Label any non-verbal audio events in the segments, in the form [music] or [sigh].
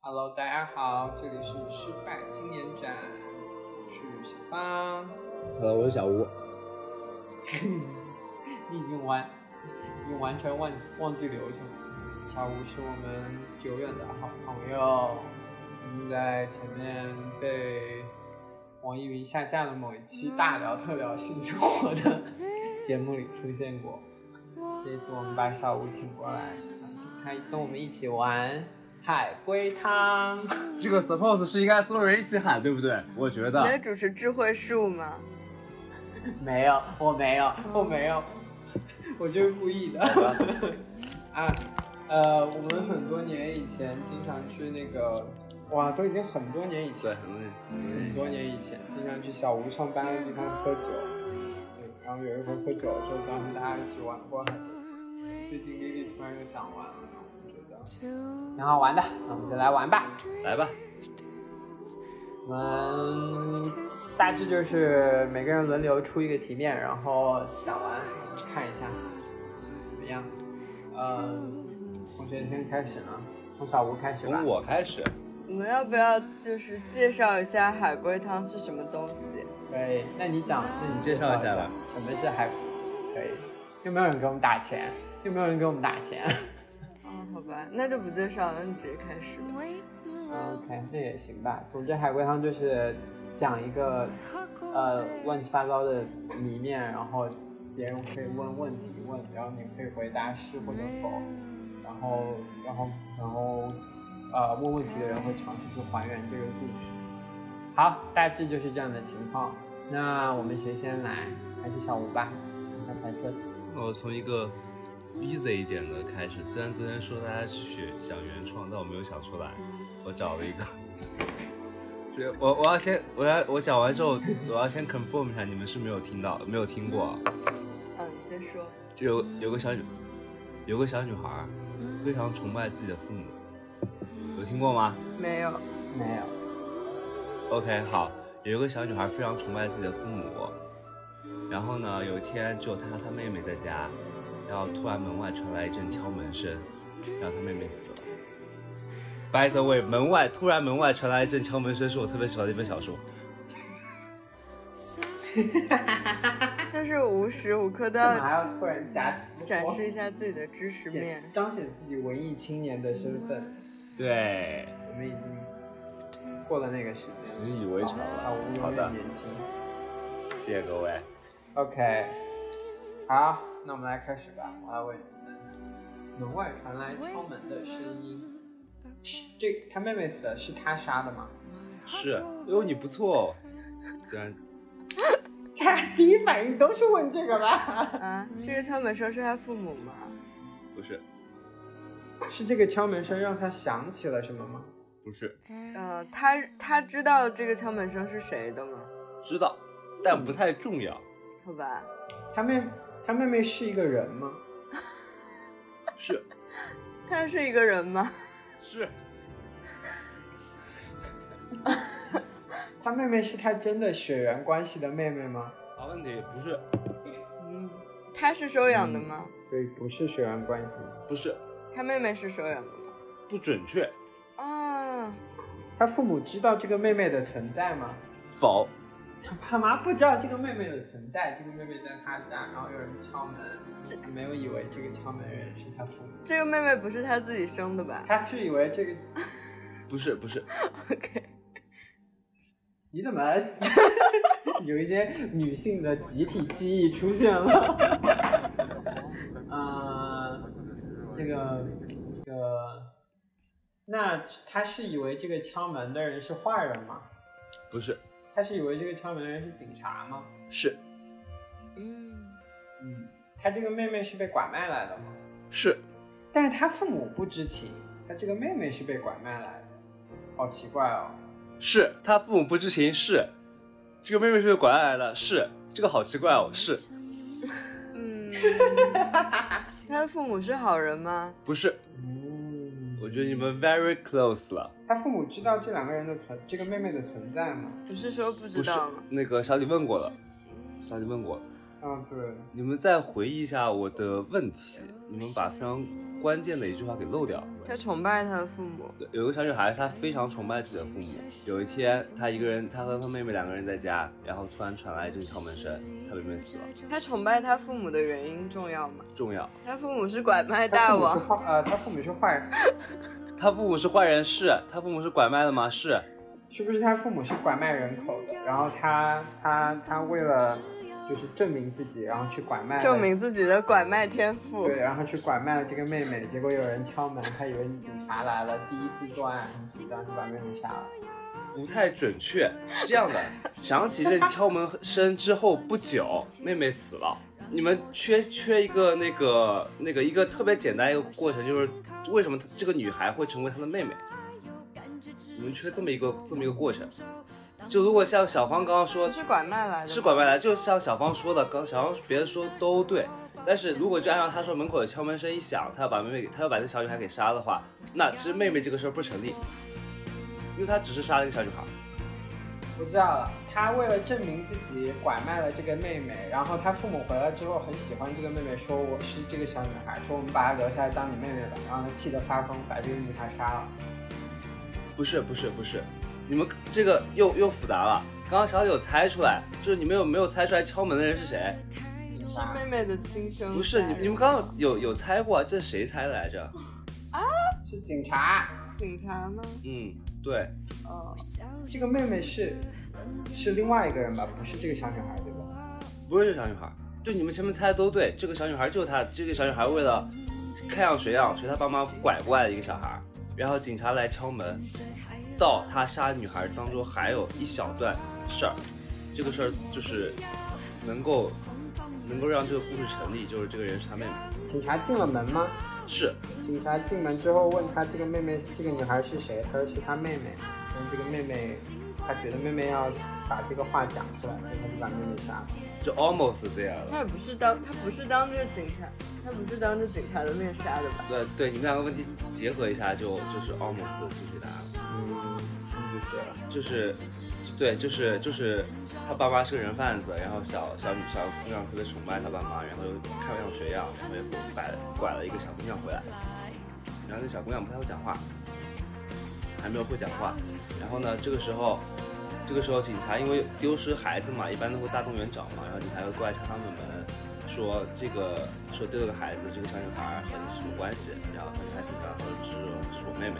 Hello，大家好，这里是失败青年展，我是小芳。呃，我是小吴， [laughs] 你已经完，已经完全忘记忘记流程了。小吴是我们久远的好朋友，我们在前面被网易云下架的某一期大聊特聊性生活的 [laughs] 节目里出现过。这次我们把小吴请过来，是想请他跟我们一起玩海龟汤。这个 suppose 是应该所有人一起喊，对不对？我觉你的得主持智慧树吗？没有，我没有，我没有，我就是故意的。啊，呃，我们很多年以前经常去那个，哇，都已经很多年以前，很多人很多年以前经常去小吴上班的地方喝酒。对，然后有一回喝酒的时候，当时大家一起玩过海龟最近丽丽突然又想玩了，然后我觉得挺好玩的，那我们就来玩吧。来吧，我们大致就是每个人轮流出一个题面，然后想完看一下怎么样。呃，同学先开始呢，从小吴开始吧从。我开始。我们要不要就是介绍一下海龟汤是什么东西？对，哎那你讲，那你介绍一下吧。什么是海？可以。又没有人给我们打钱，又没有人给我们打钱。 [laughs] 哦，好吧，那就不介绍了，那你直接开始吧。嗯 OK，那也行吧。总之，海龟汤就是讲一个呃乱七八糟的谜面，然后别人会问问题问，然后你可以回答是或者否， [laughs] 然后然后然后呃问问题的人会尝试去还原这个故事。好，大致就是这样的情况。那我们谁先来？还是小吴吧？让他排顺。那我从一个 easy 一点的开始，虽然昨天说大家去想原创，但我没有想出来，我找了一 [laughs] 个。这我我要先我要我讲完之后，我要先 confirm 一下，你们是没有听到没有听过啊？嗯，你先说。就有有个小女，有个小女孩儿非常崇拜自己的父母，有听过吗？没有，没有。 OK，好，有一个小女孩非常崇拜自己的父母，然后呢，有一天只有她和她妹妹在家，然后突然门外传来一阵敲门声，然后她妹妹死了。By the way，门外突然门外传来一阵敲门声，是我特别喜欢的一本小说。就是无时无刻都干嘛要要突然夹死呃展我示一下自己的知识显面。彰显自己文艺青年的身份。对，我们已经过了那个时间，习以为常小了吴。好永的远，年轻。谢谢各位。 OK，好，那我们来开始吧。我来问你门外传来敲门的声音，是这他妹妹死了，是他杀的吗？是，哟，你不错哦。虽然他第一反应都是问这个吧？啊，这个敲门声是他父母吗？不是， [laughs] 是这个敲门声让他想起了什么吗？不是呃，他他知道这个敲门声是谁的吗？知道，但不太重要。好吧，他妹他妹妹是一个人吗？是他是一个人吗？是他妹妹是他真的血缘关系的妹妹吗？好问题，不是嗯，他是收养的吗？所以不是血缘关系。不是他妹妹是收养的吗？不准确。啊，他父母知道这个妹妹的存在吗？否，他爸妈不知道这个妹妹的存在，这个妹妹在他家，然后有人敲门，这没有以为这个敲门人是他父母，这个妹妹不是他自己生的吧？ [laughs] 他是以为这个不是不是，你怎么有一些女性的集体记忆出现了？呃，这个这个，那他是以为这个敲门的人是坏人吗？不是他是以为这个敲门人是警察吗？是嗯，嗯，他这个妹妹是被拐卖来的吗？是但是他父母不知情，他这个妹妹是被拐卖来的，好奇怪哦。是，他父母不知情是，这个妹妹是被拐来的是，这个好奇怪哦是嗯，他的父母是好人吗？不是？嗯，我觉得你们 very close 了，他父母知道这两个人的存，这个妹妹的存在吗？不是说不不知是道吗？那个小李问过了，小李问过了，嗯，对，你们再回忆一下我的问题，你们把非常关键的一句话给漏掉了。他崇拜他的父母，对有一个小女孩，她非常崇拜自己的父母。有一天，她一个人，她和她妹妹两个人在家，然后突然传来一阵敲门声，她妹妹死了。他崇拜他父母的原因重要吗？重要，他父母是拐卖大他王父母是，坏，呃，他父母是坏人，她父母是坏人，是她父母是拐卖的吗？是，是不是他父母是拐卖人口的？然后他他他为了就是证明自己，然后去拐卖了证明自己的拐卖天赋啊对，。然后去拐卖了这个妹妹，结果有人敲门，他以为警察来了，第一次作案，然后就把妹妹杀了。不太准确。是这样的，响起这敲门声之后不久，妹妹死了。你们缺缺一个那个那个一个特别简单一个过程，就是为什么这个女孩会成为她的妹妹？你们缺这么一个这么一个过程。就如果像小芳刚刚说不，是拐卖来的，是拐卖。来，就像小芳说的，刚小芳别人说都对，但是如果就按照她说门口的敲门声一响，她要把妹妹给，她要把这小女孩给杀了的话，那其实妹妹这个事儿不成立，因为她只是杀了一个小女孩。我知道了，他为了证明自己拐卖了这个妹妹，然后他父母回来之后很喜欢这个妹妹，说我是这个小女孩，说我们把她留下来当你妹妹吧，然后他气得发疯，把这个女孩杀了。不是不是不是，你们这个又又复杂了。刚刚小九猜出来，就是你们有没有猜出来敲门的人是谁？明是白妹妹的亲生代人。不是你你们刚刚有有猜过、啊，这是谁猜的来着？是警察，警察吗？嗯，对，哦，这个妹妹是是另外一个人吧，不是这个小女孩对吧？不是这个小女孩。就你们前面猜的都对，这个小女孩就是她，这个小女孩为了看样学样，学她爸妈拐过来的一个小孩。然后警察来敲门，到她杀女孩当中还有一小段事儿，这个事儿就是能够能够让这个故事成立，就是这个人是她妹妹。警察进了门吗？是，警察进门之后问他这个妹妹，这个女孩是谁？他说是他妹妹。然后这个妹妹，他觉得妹妹要把这个话讲出来，所以他就把妹妹杀了。就 almost there 了。他也不是当他不是当这个警察，他不是当着警察的面杀的吧？对对，你们两个问题结合一下就，就是 almost 正确答案了，嗯，真是绝了。就是，对，就是就是他爸妈是个人贩子，然后小小女小姑娘特别崇拜他爸妈，然后又看样学样，然后又拐拐了一个小姑娘回来，然后那小姑娘不太会讲话，还没有会讲话，然后呢，这个时候。这个时候，警察因为丢失孩子嘛，一般都会大动员找嘛，然后警察又过来敲他们门，说这个说丢了个孩子，这个小女孩和你是什么关系？然后他太紧张，他说这是我这是我妹妹，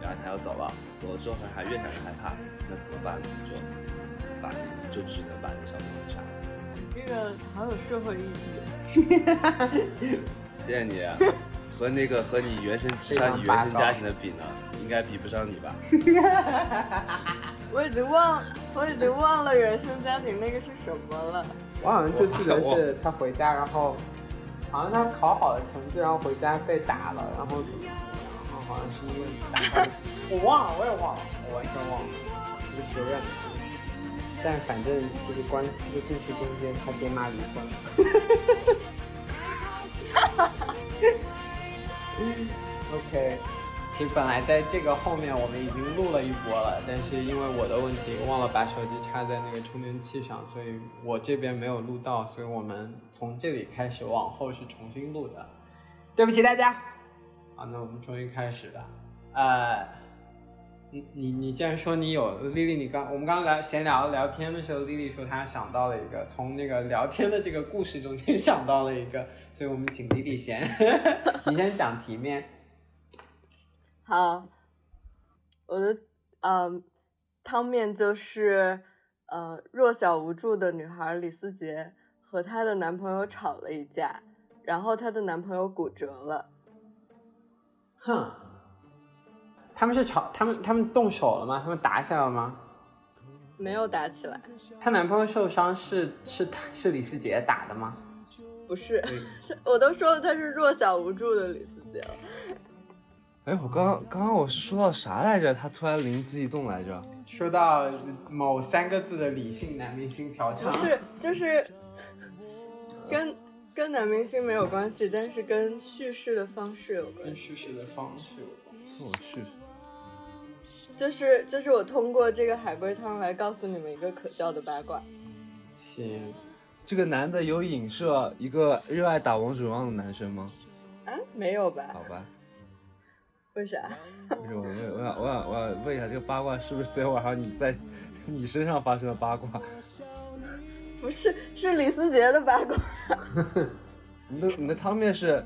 然后他要走了，走了之后他还越想越害怕，那怎么办呢？就把就只能把那个小姑娘杀了。这个好有社会意义。 [laughs] 谢谢你，啊和那个和你原生非杀常你霸原生道家庭的比呢，应该比不上你吧？我已经忘，我已经忘了原生家庭那个是什么了。我好像就记得是他回家，然后好像他考好了成绩，然后回家被打了，然后怎么怎么样，然后好像是因为打他的，我忘了，我也忘了，我完全忘了，这个学院的事情。但反正就是关这个故事中间，他爹妈离婚了。OK，其实本来在这个后面我们已经录了一波了，但是因为我的问题忘了把手机插在那个充电器上，所以我这边没有录到，所以我们从这里开始往后是重新录的。对不起大家。好，那我们终于开始了。呃，你你你既然说你有丽丽，你刚我们刚刚聊闲聊聊天的时候，丽丽说她想到了一个，从那个聊天的这个故事中间想到了一个，所以我们请丽丽先， [laughs] 你先讲题面。好，我的嗯，汤面就是呃，弱小无助的女孩李思杰和她的男朋友吵了一架，然后她的男朋友骨折了。哼，他们是吵，他们他们动手了吗？他们打起来了吗？没有打起来，她男朋友受伤是是她是李思杰打的吗？不是， [laughs] 我都说了她是弱小无助的李思杰了。哎，我刚刚刚刚我是说到啥来着？他突然灵机一动来着。说到某三个字的理性男明星嫖不娼，是，就是跟跟男明星没有关系，但是跟叙事的方式有关跟系。叙事的方式有关。我去，就是就是我通过这个海龟汤来告诉你们一个可笑的八卦。行，这个男的有影射一个热爱打王者荣耀的男生吗？啊，没有吧？好吧。为啥？不是我问，我想我想我想问一下，这个八卦是不是昨天晚上你在你身上发生的八卦？ [laughs] 不是，是李思杰的八卦。你的你的汤面是，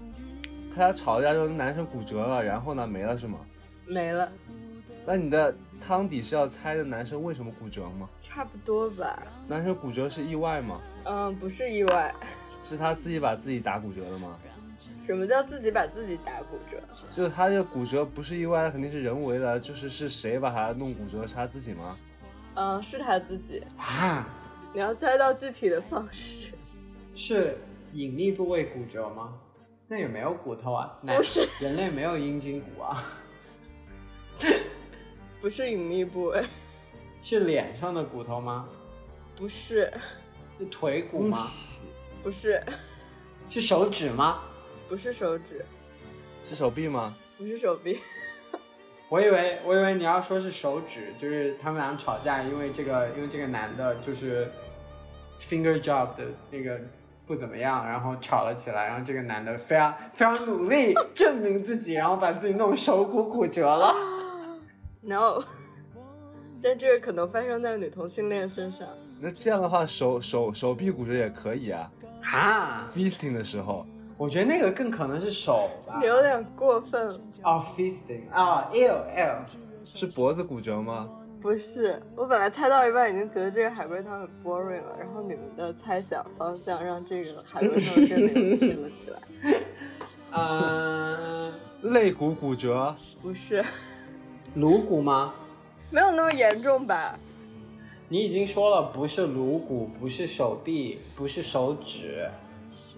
他俩吵架之后，男生骨折了，然后呢没了是吗？没了，那你的汤底是要猜的男生为什么骨折吗？差不多吧。男生骨折是意外吗？嗯，不是意外。是他自己把自己打骨折的吗？什么叫自己把自己打骨折？就是他这个骨折不是意外，肯定是人为的。就是是谁把他弄骨折？是他自己吗？嗯，是他自己。啊，你要猜到具体的方式。是隐秘部位骨折吗？那也没有骨头啊，那不是人类没有阴茎骨啊，不是隐秘部位，是脸上的骨头吗？不是，是腿骨吗？不是，是手指吗？不是手指，是手臂吗？不是手臂，我以为我以为你要说是手指，就是他们俩吵架，因为这个因为这个男的就是 finger job 的那个不怎么样，然后吵了起来，然后这个男的非常非常努力证明自己，然后把自己弄手骨骨折了。 no。但这个可能发生在女同性恋身上。那这样的话，手手手臂骨折也可以啊。啊， feasting 的时候，我觉得那个更可能是手吧你。有点过分，哦，feasting，哦，ill ill，是脖子骨折吗？不是？我本来猜到一半，已经觉得这个海龟汤很 boring 了，然后你们的猜想方向让这个海龟汤变得有趣了起来。嗯，肋骨骨折，不是，颅骨吗？没有那么严重吧？你已经说了，不是颅骨，不是手臂，不是手指，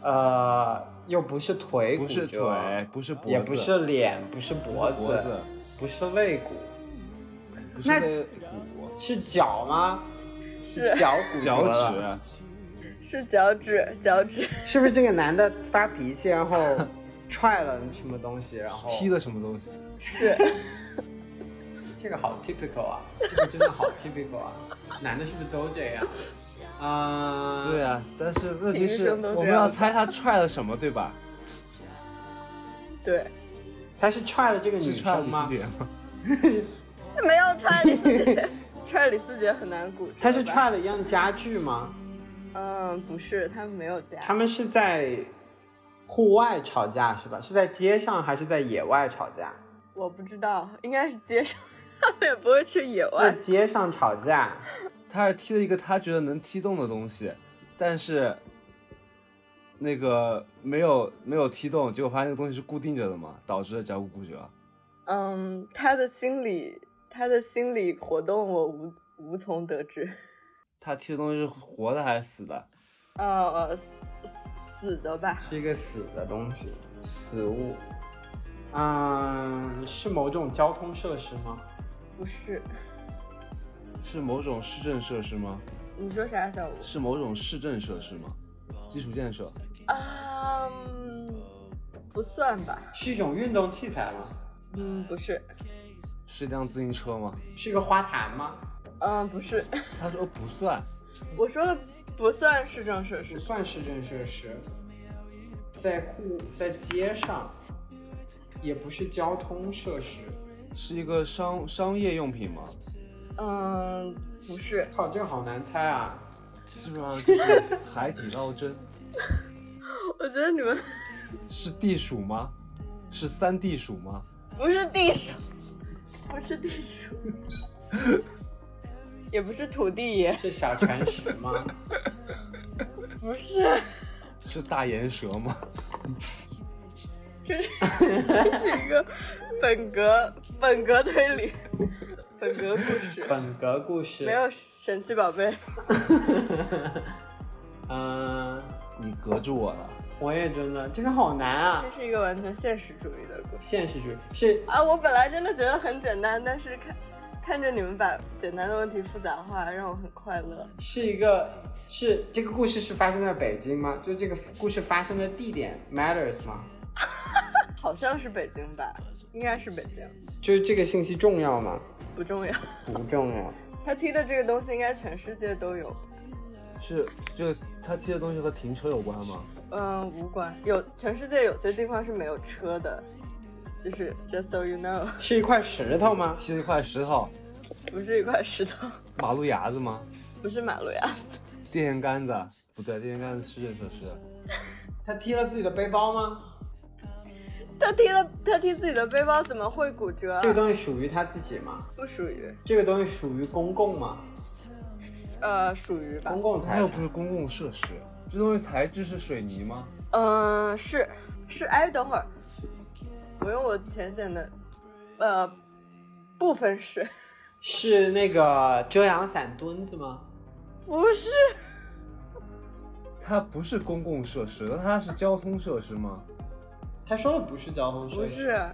呃，又不是腿骨不折是腿，不是脖子，也不是脸，不是脖子，脖子，不是肋骨，不那是肋骨，是脚吗？是脚骨折脚了，趾。啊是脚趾，脚趾，是不是这个男的发脾气，然 [laughs] 后踹了什么东西，然后踢了什么东西？是这个好 typical 啊，这个真的好 typical 啊， [laughs] 男的是不是都这样？啊、对啊，但是问题体育是，生都这我们样要猜他踹了什么，对吧？对，他是踹了这个女 [laughs] 是踹了生李吗思？杰吗？没有踹李思 [laughs] 杰，踹李思杰很难骨折吧。他是踹了一样家具吗？嗯，不是，他们没有家，他们是在户外吵架是吧？是在街上还是在野外吵架？我不知道，应该是街上，他们也不会去野在外。街上吵架，他是踢了一个他觉得能踢动的东西，但是那个没有没有踢动，结果发现那个东西是固定着的嘛，导致了脚骨骨折。嗯，他的心理，他的心理活动我无无从得知。他踢的东西是活的还是死的？呃，死死死的吧？是一个死的东西，死物。嗯，是某种交通设施吗？不是，是某种市政设施吗？你说啥，小吴？是某种市政设施吗？基础建设啊、嗯，不算吧？是一种运动器材吗？嗯，不是，是一辆自行车吗？是一个花坛吗？嗯，不是。他说不算，我说的不算市政设不施，算市政设施，在户在街上，也不是交通设施。是一个商商业用品吗？嗯，不是，靠，这个好难猜啊！基本上就是海底捞针。我觉得你们 [laughs] 是地鼠吗？是三地鼠吗？不是地鼠，不是地 [laughs] 鼠，也不是土地爷，是小泉石 [laughs] 吗？不是，是大岩蛇吗？这是这是一个本格本格推理，本格故 [laughs] 事，本格故事没有神奇宝贝， [laughs] 嗯，你隔住我了。我也真的，这个好难啊这！是一个完全现实主义的故事现实主义是啊！我本来真的觉得很简单，但是看看着你们把简单的问题复杂化，让我很快乐。是一个是这个故事是发生在北京吗？就这个故事发生的地点 matters 吗？好像是北京吧，应该是北京，就是这个信息重要吗？不重要。不重要。他踢的这个东西应该全世界都有，是这个他踢的东西和停车有关吗？嗯，无关。有全世界有些地方是没有车的，就是 just so you know， [laughs] 是一块石头吗？踢了一块石头，不是一块石头， [laughs] 马路牙子吗？不是马路牙子，电线杆子？不对，电线杆子是建设施。他踢了自己的背包吗？他踢了他踢自己的背包怎么会骨折啊、这个东西属于他自己吗？不属于，这个东西属于公共吗？呃，属于吧公。共财它又不产是公共设施，这东西材质是水泥吗？嗯、是是，哎，等会儿，我用我浅显的，呃，部分是，是那个遮阳伞墩子吗？不是它不是公共设施，那它是交通设施吗？他说的不是交通不设施，是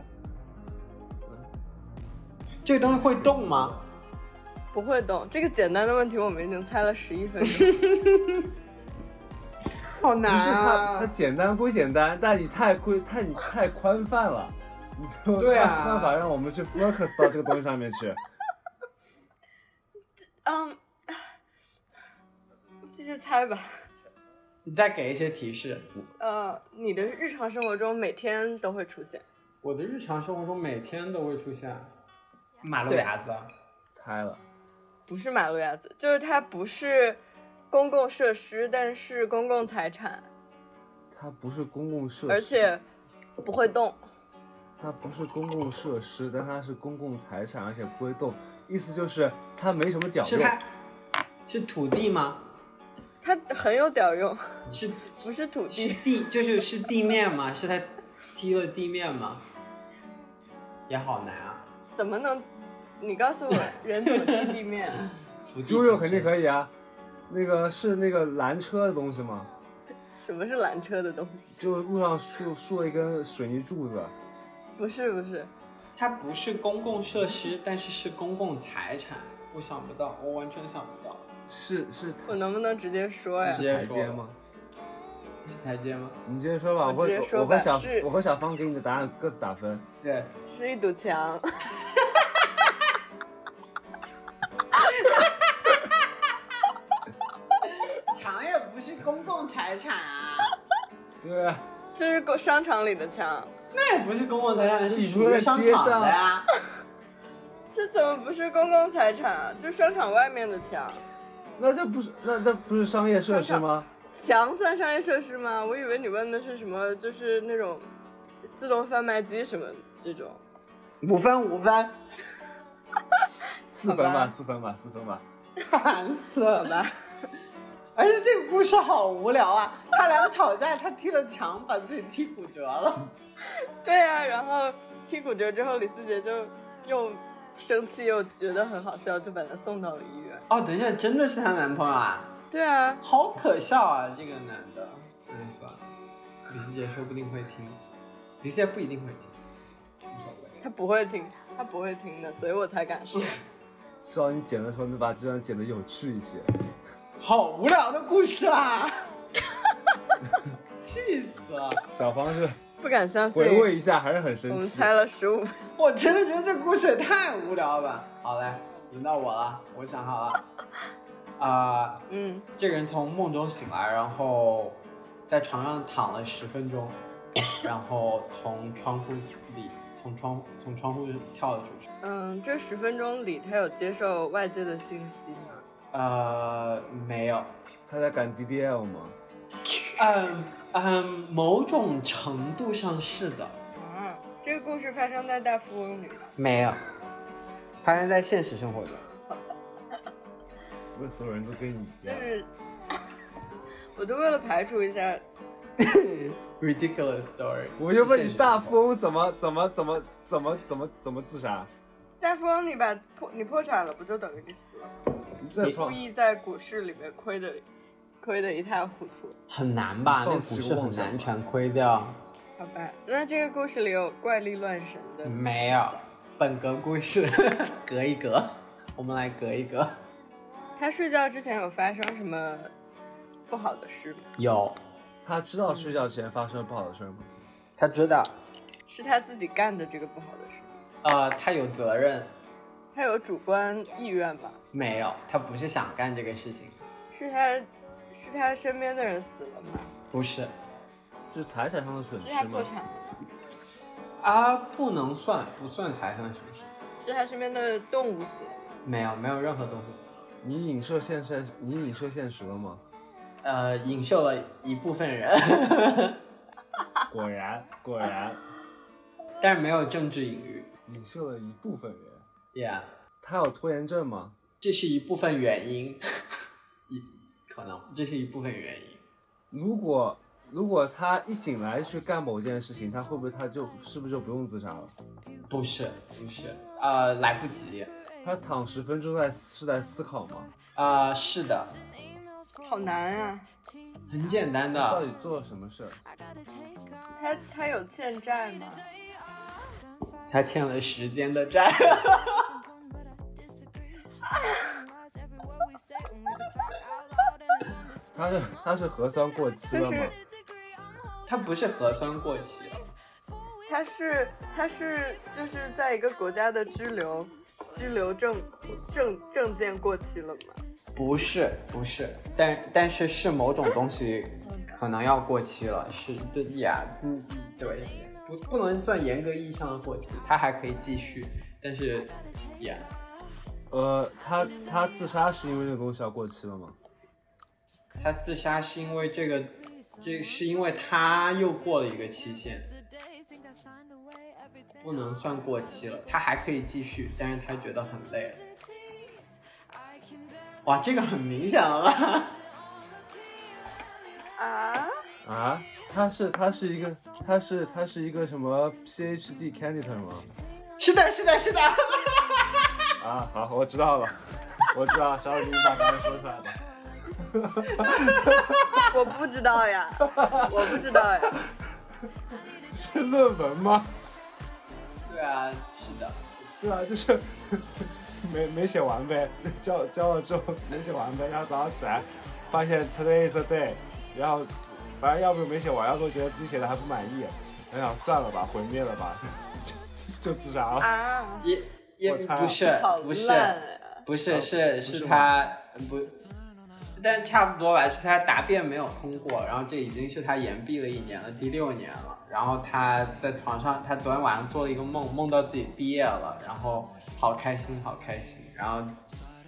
这个东西会动吗？不会懂这个简单的问题，我们已经猜了 [laughs] 十一分钟。好不难是它，它啊！简单归简单，但你太规，太你太宽泛了，你没有对啊办办法让我们去 focus 到这个东西上面去。嗯，继续猜吧。你再给一些提示。呃，你的日常生活中每天都会出现，我的日常生活中每天都会出现马路对牙子啊，猜了，不是马路牙子，就是它不是公共设施，但是公共财产，它不是公共设施，而且不会动。它不是公共设施，但它是公共财产，而且不会动。意思就是它没什么屌是用，它是土地吗？它很有点用，是不是土是地，地就是是地面吗？是他踢了地面吗？也好难啊！怎么能？你告诉我，人怎么踢地面？啊猪肉肯定可以啊。那个是那个拦车的东西吗？什么是拦车的东西？就路上竖竖了一根水泥柱子，不是，不是，它不是公共设施，但是是公共财产。我想不到，我完全想不到。是是台我能不能直接说呀直？接台说阶吗？是台阶吗？你直接说吧，我我直会接说我会吧小是我和小芳给你的答案各自打分。对，是一堵墙。 [laughs] 墙也不是公共财产啊，对啊，这是公商场里的墙， [laughs] 那也不是公共财产，是你属于说在商街场上的呀、这怎么不是公共财产啊？就商场外面的墙，那这不是那这不是商业设施吗？墙算商业设施吗？我以为你问的是什么，就是那种自动贩卖机什么这种。五分五分，四分吧，吧四分吧，四分吧。 [laughs] 烦死了好吧， [laughs] 而且哎这个故事好无聊啊！他俩吵架，他踢了墙，把自己踢骨折了。对啊，然后踢骨折之后，李思杰就又生气又觉得很好笑，就把他送到了医院。哦，等一下，真的是她男朋友啊？对啊，好可笑啊，这个男的。哎，算了，李思杰说不定会听，李思杰不一定会听，无所谓。他不会听，他不会听的，所以我才敢嗯说。至少你剪的时候能把这段剪得有趣一些。好无聊的故事 [laughs] 啊！气死了！小芳是不敢相信，回味一下还是很我生们气。猜了十五，我真的觉得这故事也太无聊了。好嘞，轮到我了，我想好了。啊、嗯，这个人从梦中醒来，然后在床上躺了十分钟，然后从窗户里从窗从窗户跳了出去。嗯，这十分钟里，他有接受外界的信息吗？呃，没有，他在赶 DDL 吗？嗯嗯，某种程度上是的，啊，这个故事发生在大富翁里吗？没有，发生在现实生活中。不是所有人都跟你一就样。是， [laughs] 我就为了排除一下， Ridiculous story，我就问现你，实大生活中风怎么怎么怎么怎么怎么怎么自杀？大富翁你把破你破产了，不就等于你死了？你在故床意在股市里面亏的，亏的一塌糊涂。很难吧？那放股弃市妄很想难吧全亏掉。好吧，那这个故事里有怪力乱神的，嗯没有，本格故事 [laughs] 隔一隔，我们来隔一隔。他睡觉之前有发生什么不好的事吗？有，他知道睡觉前发生不好的事儿吗？他知道，是他自己干的这个不好的事，呃，他有责任，他有主观意愿吧？没有，他不是想干这个事情，是他是他身边的人死了吗？不是是财产上的损是他失破吗？产了吗？啊，不能算，不算财产损失，是他身边的动物死了吗？没有，没有任何东西死。你影射现实，你影射现实了 [laughs] 吗？呃，影射了一部分人， [laughs] 果然，果然，但是没有政治隐喻。影射了一部分人。 Yeah，他有拖延症吗？这是一部分原因， [laughs] 一可能这是一部分原因。如果如果他一醒来去干某件事情，他会不会他就是不是就不用自杀了？不是，不是，呃，来不及，他躺十分钟在是在思考吗？呃，是的，好难啊！很简单他到底的，做了什么事儿？他他有欠债吗？他欠了时间的债。 [laughs] 他是他是核酸过期了吗？就是他不是核酸过期了，他是他是就是在一个国家的居留居留证证证件过期了吗？不是，不是，但但是是某种东西嗯可能要过期了，是对呀，嗯，对，不不能算严格意义上的过期，它还可以继续，但是呀，呃，他他自杀是因为这个东西要过期了吗？他自杀是因为这个，这是因为他又过了一个期限，不能算过期了，他还可以继续，但是他觉得很累了。哇，这个很明显了吧？ [laughs] 啊？啊，他是他是一个他是他是一个什么 PhD candidate 吗？是的，是的，是的。 [laughs] 啊，好，我知道了，我知道，小雨你把刚才说出来吧。 [laughs] 我不知道呀，我不知道呀。是论文吗？对啊，是的。对啊，就是 [laughs] 没没写完呗，交交了之后没写完呗，然后早上起来发现 today is a day，然后反正要不没写完，要不觉得自己写的还不满意，我想算了吧，毁灭了吧， [laughs] 就就自杀了。啊，也也我猜啊不是好不是烂啊呀！不是哦是不是是吗他嗯不，但差不多吧，是他答辩没有通过，然后这已经是他延毕了一年了，第六年了。然后他在床上，他昨天晚上做了一个梦，梦到自己毕业了，然后好开心，好开心。然后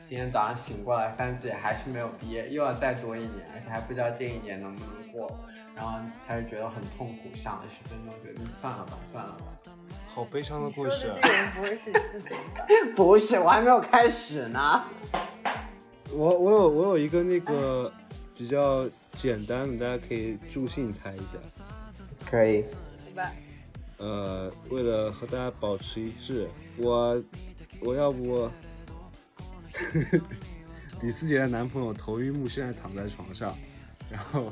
今天早上醒过来，发现自己还是没有毕业，又要再多一年，而且还不知道这一年能不能过。然后他就觉得很痛苦，想了十分钟，决定算了吧，算了吧。好悲伤的你故说的事这啊个。人不会是你自己吧？ [laughs] 不是，我还没有开始呢。我我有我有一个那个比较简单的，大家可以助兴猜一下。可以。好吧，呃，为了和大家保持一致，我我 [laughs] 要不，李思杰的男朋友头晕目眩躺在床上，然后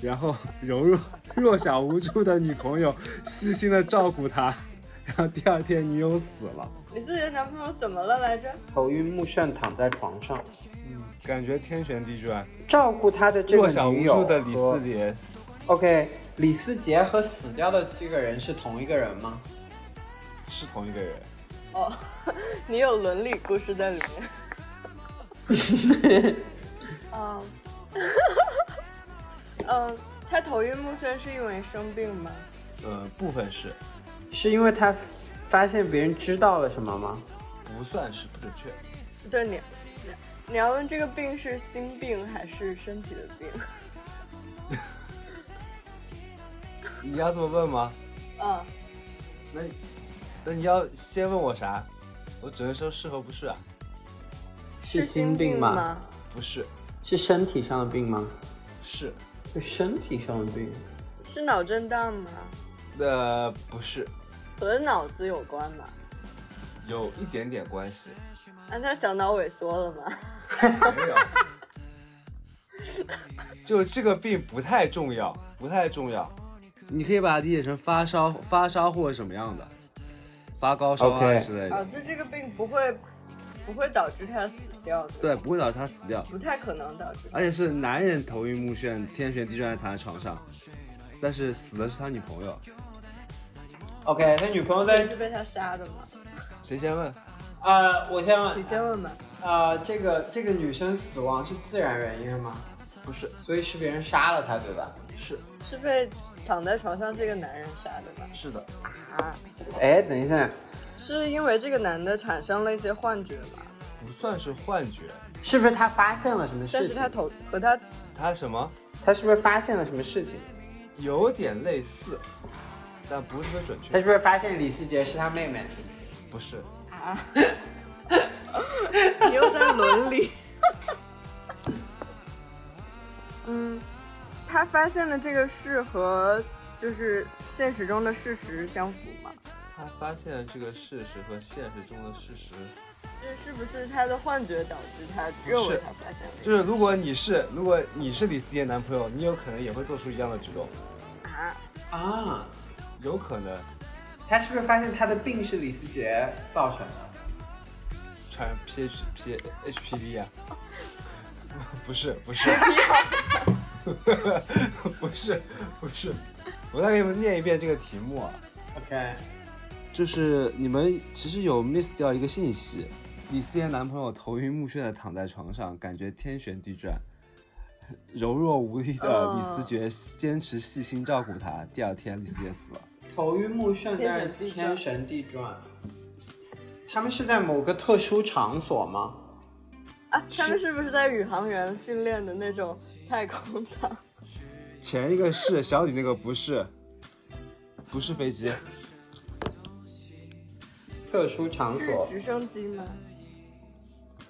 然后柔弱弱小无助的女朋友细心的照顾他，然后第二天女友死了，你自己的男朋友怎么了来着？头晕目眩躺在床上，感觉天旋地转。照顾他的这弱个小无女友助的李和思杰， OK，李思杰和死掉的这个人是同一个人吗？是同一个人。哦，你有伦理故事在里面。 [laughs] 嗯， [laughs] 嗯，他头晕目眩是因为生病吗？呃，部分是，是因为他发现别人知道了什么吗？不算是不准确。对你，你要问这个病是心病还是身体的病？ [laughs] 你要这么问吗？嗯，那那你要先问我啥？我只能说是和不是啊，是心心病吗？吗？不是，是身体上的病吗？是，是身体上的病。是脑震荡吗？呃，不是，和脑子有关吗？有一点点关系，那他小脑萎缩了吗？没有。就这个病不太重要，不太重要。你可以把它理解成发烧、发烧或者什么样的，发高烧啊 OK 之类的。啊，就这个病不会不会导致他死掉的，对，不会导致他死掉，不太可能导致。而且是男人头晕目眩、天旋地转地躺在床上，但是死的是他女朋友。 OK，他女朋友你在是被他杀的吗？谁先问？呃，我先问你先问吧。呃，这个这个女生死亡是自然原因吗？不是，所以是别人杀了他，对吧？是是被躺在床上这个男人杀的吧？是的，啊，哎，等一下，是因为这个男的产生了一些幻觉吗？不算是幻觉，是不是他发现了什么但事是情？他头和他他什么他是不是发现了什么事情？有点类似，但不是特别准他确，是不是发现李希杰是他妹妹？不是，啊，你又在伦理。 [laughs] 嗯，他发现的这个事和就是现实中的事实相符吗？他发现了这个事实和现实中的事实，这是不是他的幻觉导致他认为是他发现了、就是如果你是如果你是李思杰男朋友，你有可能也会做出一样的举动，啊？啊，有可能他是不是发现他的病是李思杰造成的？传 P H P H P V 啊， [laughs] 不是不是， [laughs] 不是不是，我再给你们念一遍这个题目啊。 ？OK，就是你们其实有 miss 掉一个信息，李思妍男朋友头晕目眩的躺在床上，感觉天旋地转。 [laughs] 柔弱无力的哦李思觉坚持细心照顾她，第二天李思杰死了。头晕目眩，但是天天旋地转。他们是在某个特殊场所吗？啊，他们是不是在宇航员训练的那种太空舱？前一个是小李那个不是，不是飞机，特殊场是所，直升机吗？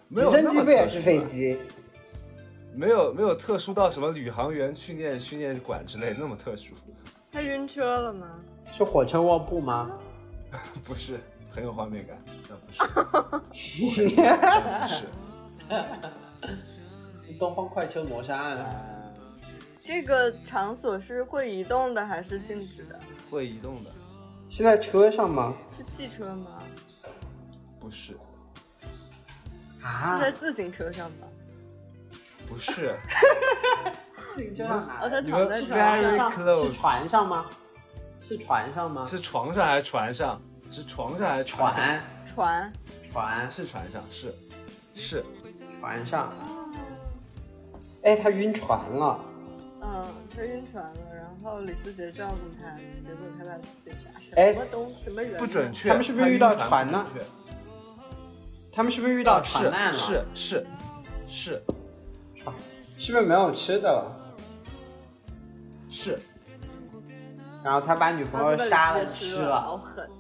没直有升那机么不也特是殊啊飞吧？机？没有没有特殊到什么宇航员训练训练馆之类那么特殊， [laughs] 他晕车了吗？是火车卧铺吗？不是很有画面感，那不是，那不是。东方快车谋杀案、这个场所是会移动的还是静止的？ [laughs] 会移动的，是在车上吗？是汽车吗？不是，啊是在自行车上吗？不是，车上哪哦，他你躺们在床是 very close，上。船上吗？是船上吗？是床上还是船上？是床上还是船上？船船，船是船上，是是，船上。哎，他晕船了。嗯，他晕船了，然后李思杰照顾他，结果他把自己杀死。哎什么东什么人？啊不准。确。他们是不是他遇到晕船不呢准确？他们是哦不是遇遇到船难了？是是是船，是不是没有吃的了？是然后他把女然朋后友就把杀李了思杰吃吃了，了。啊好狠！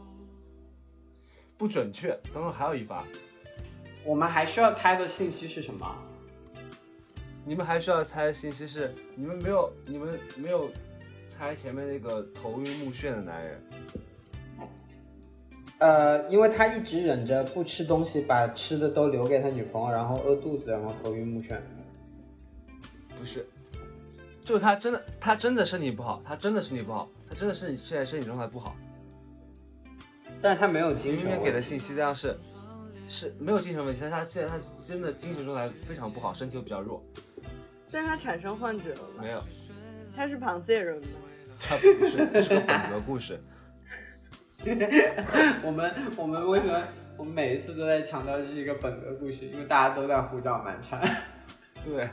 不准确。等会儿还有一发，我们还需要猜的信息是什么？你们还需要猜信息是你们没有，你们没有猜前面那个头晕目眩的男人。呃，因为他一直忍着不吃东西，把吃的都留给他女朋友，然后饿肚子，然后头晕目眩。不是，就他真的，他真的身体不好，他真的身体不好，他真的是你现在身体状态不好。但是他没有精明神明问给题的信息量是是没有精神问题，但是他现在他真的精神状态非常不好，身体又比较弱。但是他产生幻觉了吗没？有，他是螃蟹人吗？他不是， [laughs] 这是个混合故事。我们我们为什么我们每一次都在强调这是一个本格故事？因为大家都在胡搅蛮缠。对，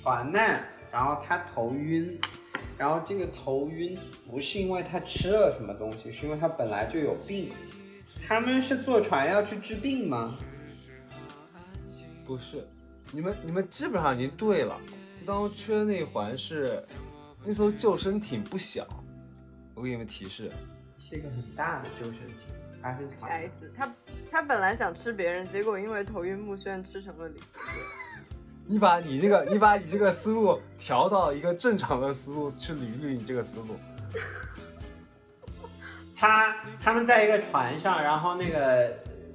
船难，然后他头晕，然后这个头晕不是因为他吃了什么东西，是因为他本来就有病。他们是坐船要去治病吗？不是，你们你们基本上已经对了。当中缺那一环是那艘救生艇不小，我给你们提示，是一个很大的救生艇，还是船啥意？思？他他本来想吃别人，结果因为头晕目眩吃成了李思杰。你把你那个你 [laughs] 把你这个思路调到一个正常的思路去捋捋你这个思路。他他们在一个船上，然后那个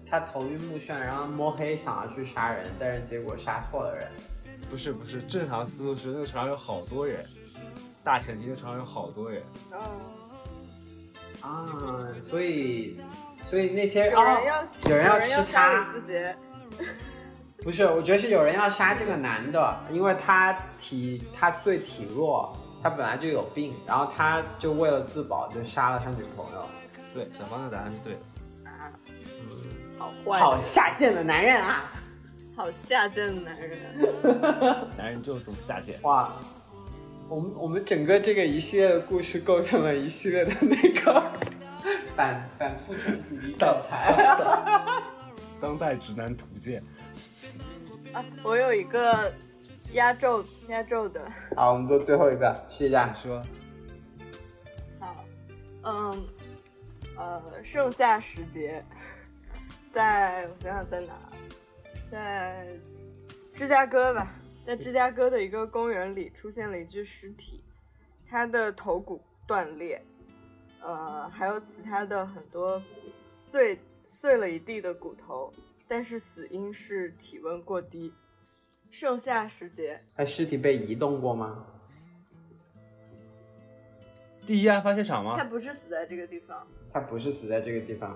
他头晕目眩，然后摸黑想要去杀人，但是结果杀错了人。不是不是，正常思路是那个船上有好多人，大前提那船上有好多人，哦，啊，所以，所以那些有人要、哦有人要要吃杀他李思杰，不是，我觉得是有人要杀这个男的，因为他体他最体弱，他本来就有病，然后他就为了自保就杀了他女朋友，对，小芳的答案是对的。好坏。好下贱的男人啊！好下贱的男人。男人就是这么下贱。哇，我们我们整个这个一系列的故事构成了一系列的那 [laughs] 个反反父权主义教材。当代直男图鉴，啊，我有一个压轴压轴的， [laughs] 好，我们做最后一个，试一下你。说好，嗯，呃，盛夏时节，在我想想在哪儿，在芝加哥吧，在芝加哥的一个公园里出现了一具尸体，他的头骨断裂，呃，还有其他的很多碎碎了一地的骨头，但是死因是体温过低。盛夏时节，他尸体被移动过吗？第一案发现场他吗？不是死在这个地方，他不是死在这个地方，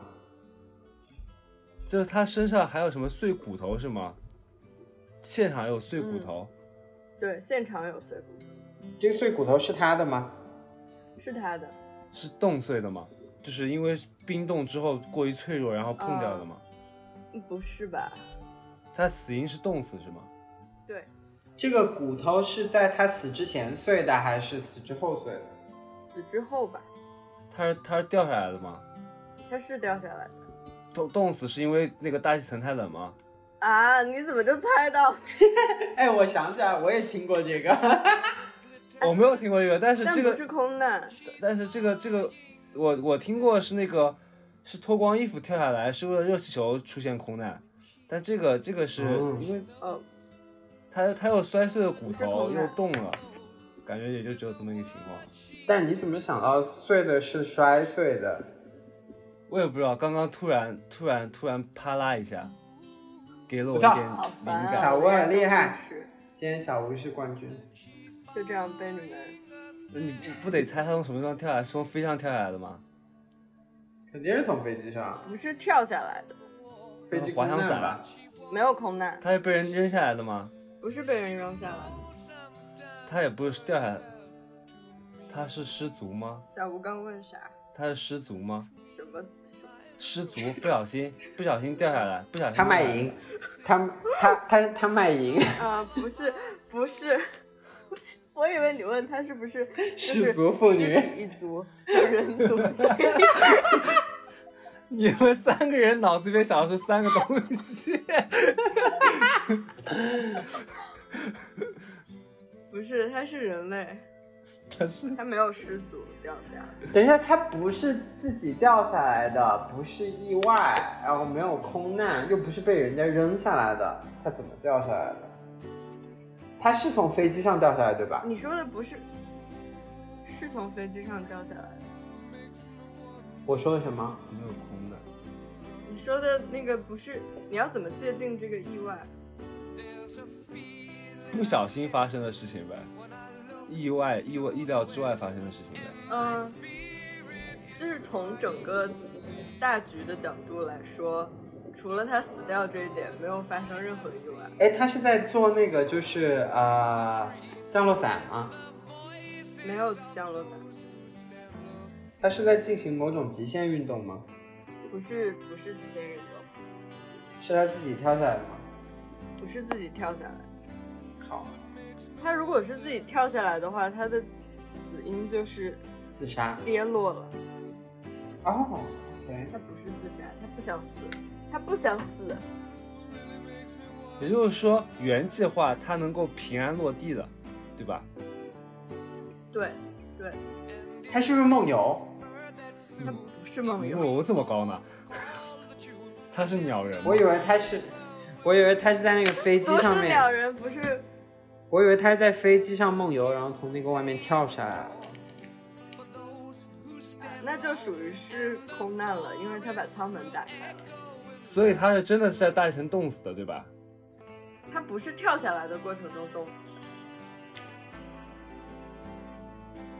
就是他身上还有什么碎骨头是吗？现场有碎骨头，嗯对，现场有碎骨，这个碎骨头是他的吗？是他的。是冻碎的吗？就是因为冰冻之后过于脆弱，然后碰掉的嗯吗？不是吧？他死因是冻死是吗？对，这个骨头是在他死之前碎的，还是死之后碎的？死之后吧，他是他是掉下来的吗？它是掉下来的冻冻死是因为那个大气层太冷吗？啊！你怎么就猜到？ [laughs] 哎，我想起来，我也听过这个。我没有听过这个，但是嗯但这不个是空难，但是这个这个，我我听过是那个是脱光衣服跳下来，是为了热气球出现空难，但这个这个是 [laughs] 嗯因为哦，他他又摔碎了骨不是空头，难又冻了，感觉也就只有这么一个情况。但你怎么想到碎的是摔碎的？我也不知道，刚刚突然突然突然啪啦一下，给了我一不知道点好灵烦啊！感。小我薇要很厉害当故事，今天小吴是冠军，就这样被你们那你不不得猜他从什么地方跳下来？是从飞机上跳下来的吗？肯定是从飞机上，不是跳下来的，飞机滑翔空难伞吧？没有空难，他是被人扔下来的吗？不是被人扔下来的。他也不是掉下来，他是失足吗？小吴刚问啥？他是失足吗？什么什么？失足，不小心不小心掉下来，不小心他卖淫， [laughs] 他他他他卖淫，啊，不是不是，我以为你问他是 [laughs] 不是就是氏族妇女尸体一族，人族对立。你们三个人脑子里面想的是三个东西， [laughs] 不是，他是人类，他是他没有失足掉下来。 [laughs] 等一下，他不是自己掉下来的，不是意外，然后没有空难，又不是被人家扔下来的，他怎么掉下来的？他是从飞机上掉下来，对吧？你说的不是，是从飞机上掉下来的。我说的什么？没有空的，你说的那个不是，你要怎么界定这个意外？不小心发生的事情呗，意外、意外、意料之外发生的事情呗。嗯、就是从整个大局的角度来说，除了他死掉这一点，没有发生任何意外。哎，他是在做那个，就是呃，降落伞啊，没有降落伞，他是在进行某种极限运动吗？不是不是极限运动，是他自己跳下来的吗？不是自己跳下来。好，他如果是自己跳下来的话，他的死因就是自杀。跌落了。哦，OK，他不是自杀，他不想死，他不想死。也就是说，原计划它能够平安落地的，对吧？对，对，他是不是梦游？他不是梦你游问。嗯我这么高呢？ [laughs] 他是鸟人吗？我以为他是，我以为他是在那个飞机不上是面，鸟人，不是我以为他是在飞机上梦游，然后从那个外面跳下来了。那就属于是空难了，因为他把舱门打开了。所以他是真的是在大气层冻死的，对吧？他不是跳下来的过程中冻死的，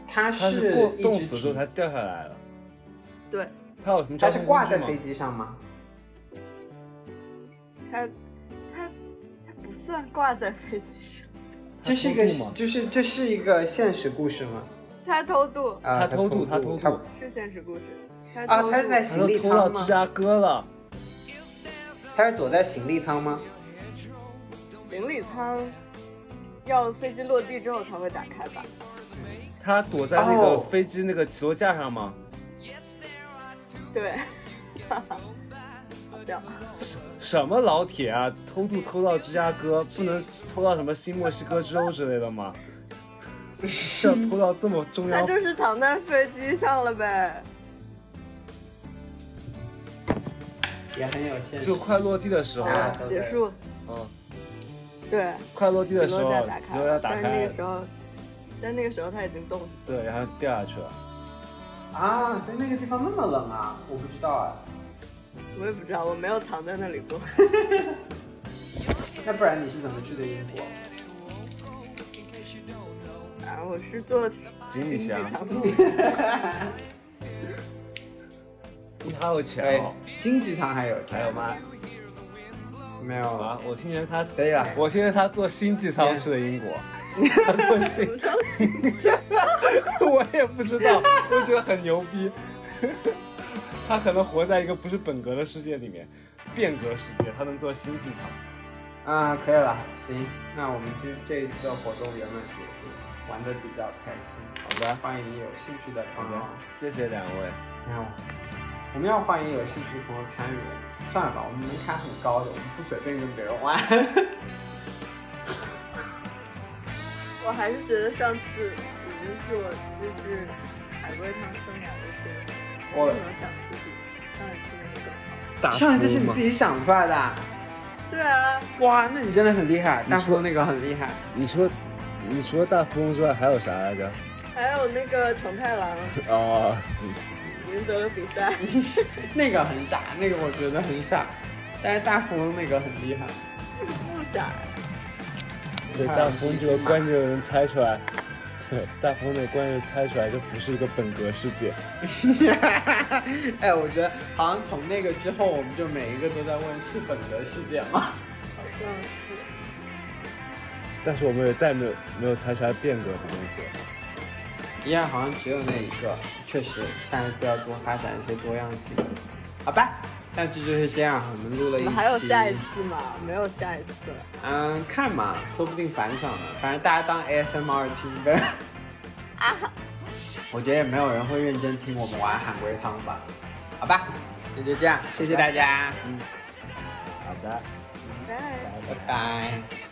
他他是过一直冻死之后停才掉下来了。对他有什么他交是通工具吗？挂在飞机上吗？他，他，他不算挂在飞机上，他这是一个偷渡吗，就是这是一个现实故事吗？他偷渡啊，他偷渡，渡，他他偷他渡，是现实故事。他啊偷渡他是在他都行李偷舱到吗芝加哥了。他是躲在行李舱吗？行李舱要飞机落地之后才会打开吧？他躲在那个哦飞机那个起落架上吗？对， [laughs] 哈哈，好像什么老铁啊，偷渡偷到芝加哥，不能偷到什么新墨西哥州之类的吗？要偷到这么中他央就是躺在飞机上了呗。也很有限。就快落地的时候，啊啊，结束，嗯，对，快落地起的落时候架打，起落架打但是那开个，时候，但那个时候他已经冻死了。对，然后掉下去了。啊，在那个地方那么冷啊，我不知道啊。我也不知道，我没有藏在那里过。 [laughs] 那不然你是怎么去的英 [laughs] 国？啊，我是坐行李箱经济舱去的你好有钱哦，，哎经济舱还有钱还有吗？？没有了，啊，我听见他，可以了。我听见他坐星际舱去的英 [laughs] 国，他坐星， [laughs] 我也不知道，我觉得很牛逼。 [laughs] 他可能活在一个不是本格的世界里面，变革世界，他能坐星际舱。啊，可以了，行，那我们今这一次的活动圆满结束，玩的比较开心。好的，欢迎有兴趣的好朋的友，，谢谢两位。没有，我们要欢迎有兴趣的朋友参与。算了吧，我们门槛很高的，我们不随便跟别人 [laughs] 玩。我还是觉得上次已经是我就是海龟汤生涯的一个我哦没有想出比上一次那个大上一次是你自己想出来的啊，对啊，哇，那你真的很厉害，你大说叔那个很厉害。你说，你除了大富翁之外还有啥来着？还有那个承太郎哦，赢得了比赛， [laughs] [laughs] 那个很傻，那个我觉得很傻，但是大富翁那个很厉害。 [laughs] 不傻，对，大富翁这个关键能猜出来，对，大富翁的关键猜出来，这不是一个本格世界。哎，我觉得好像从那个之后，我们就每一个都在问是本格世界吗？好像是。但是我们也再没有没有猜出来变革的东西。 [laughs] 一样好像只有那一个，确实，下一次要多发展一些多样性。好吧，那这就是这样，我们录了我一们期。还有下一次吗？没有下一次了。嗯，看嘛，说不定反响呢。反正大家当 ASMR 听呗。 [laughs] 啊我觉得也没有人会认真听我们玩海龟汤吧？好吧，那就这样，谢谢大家，好的，拜。拜拜。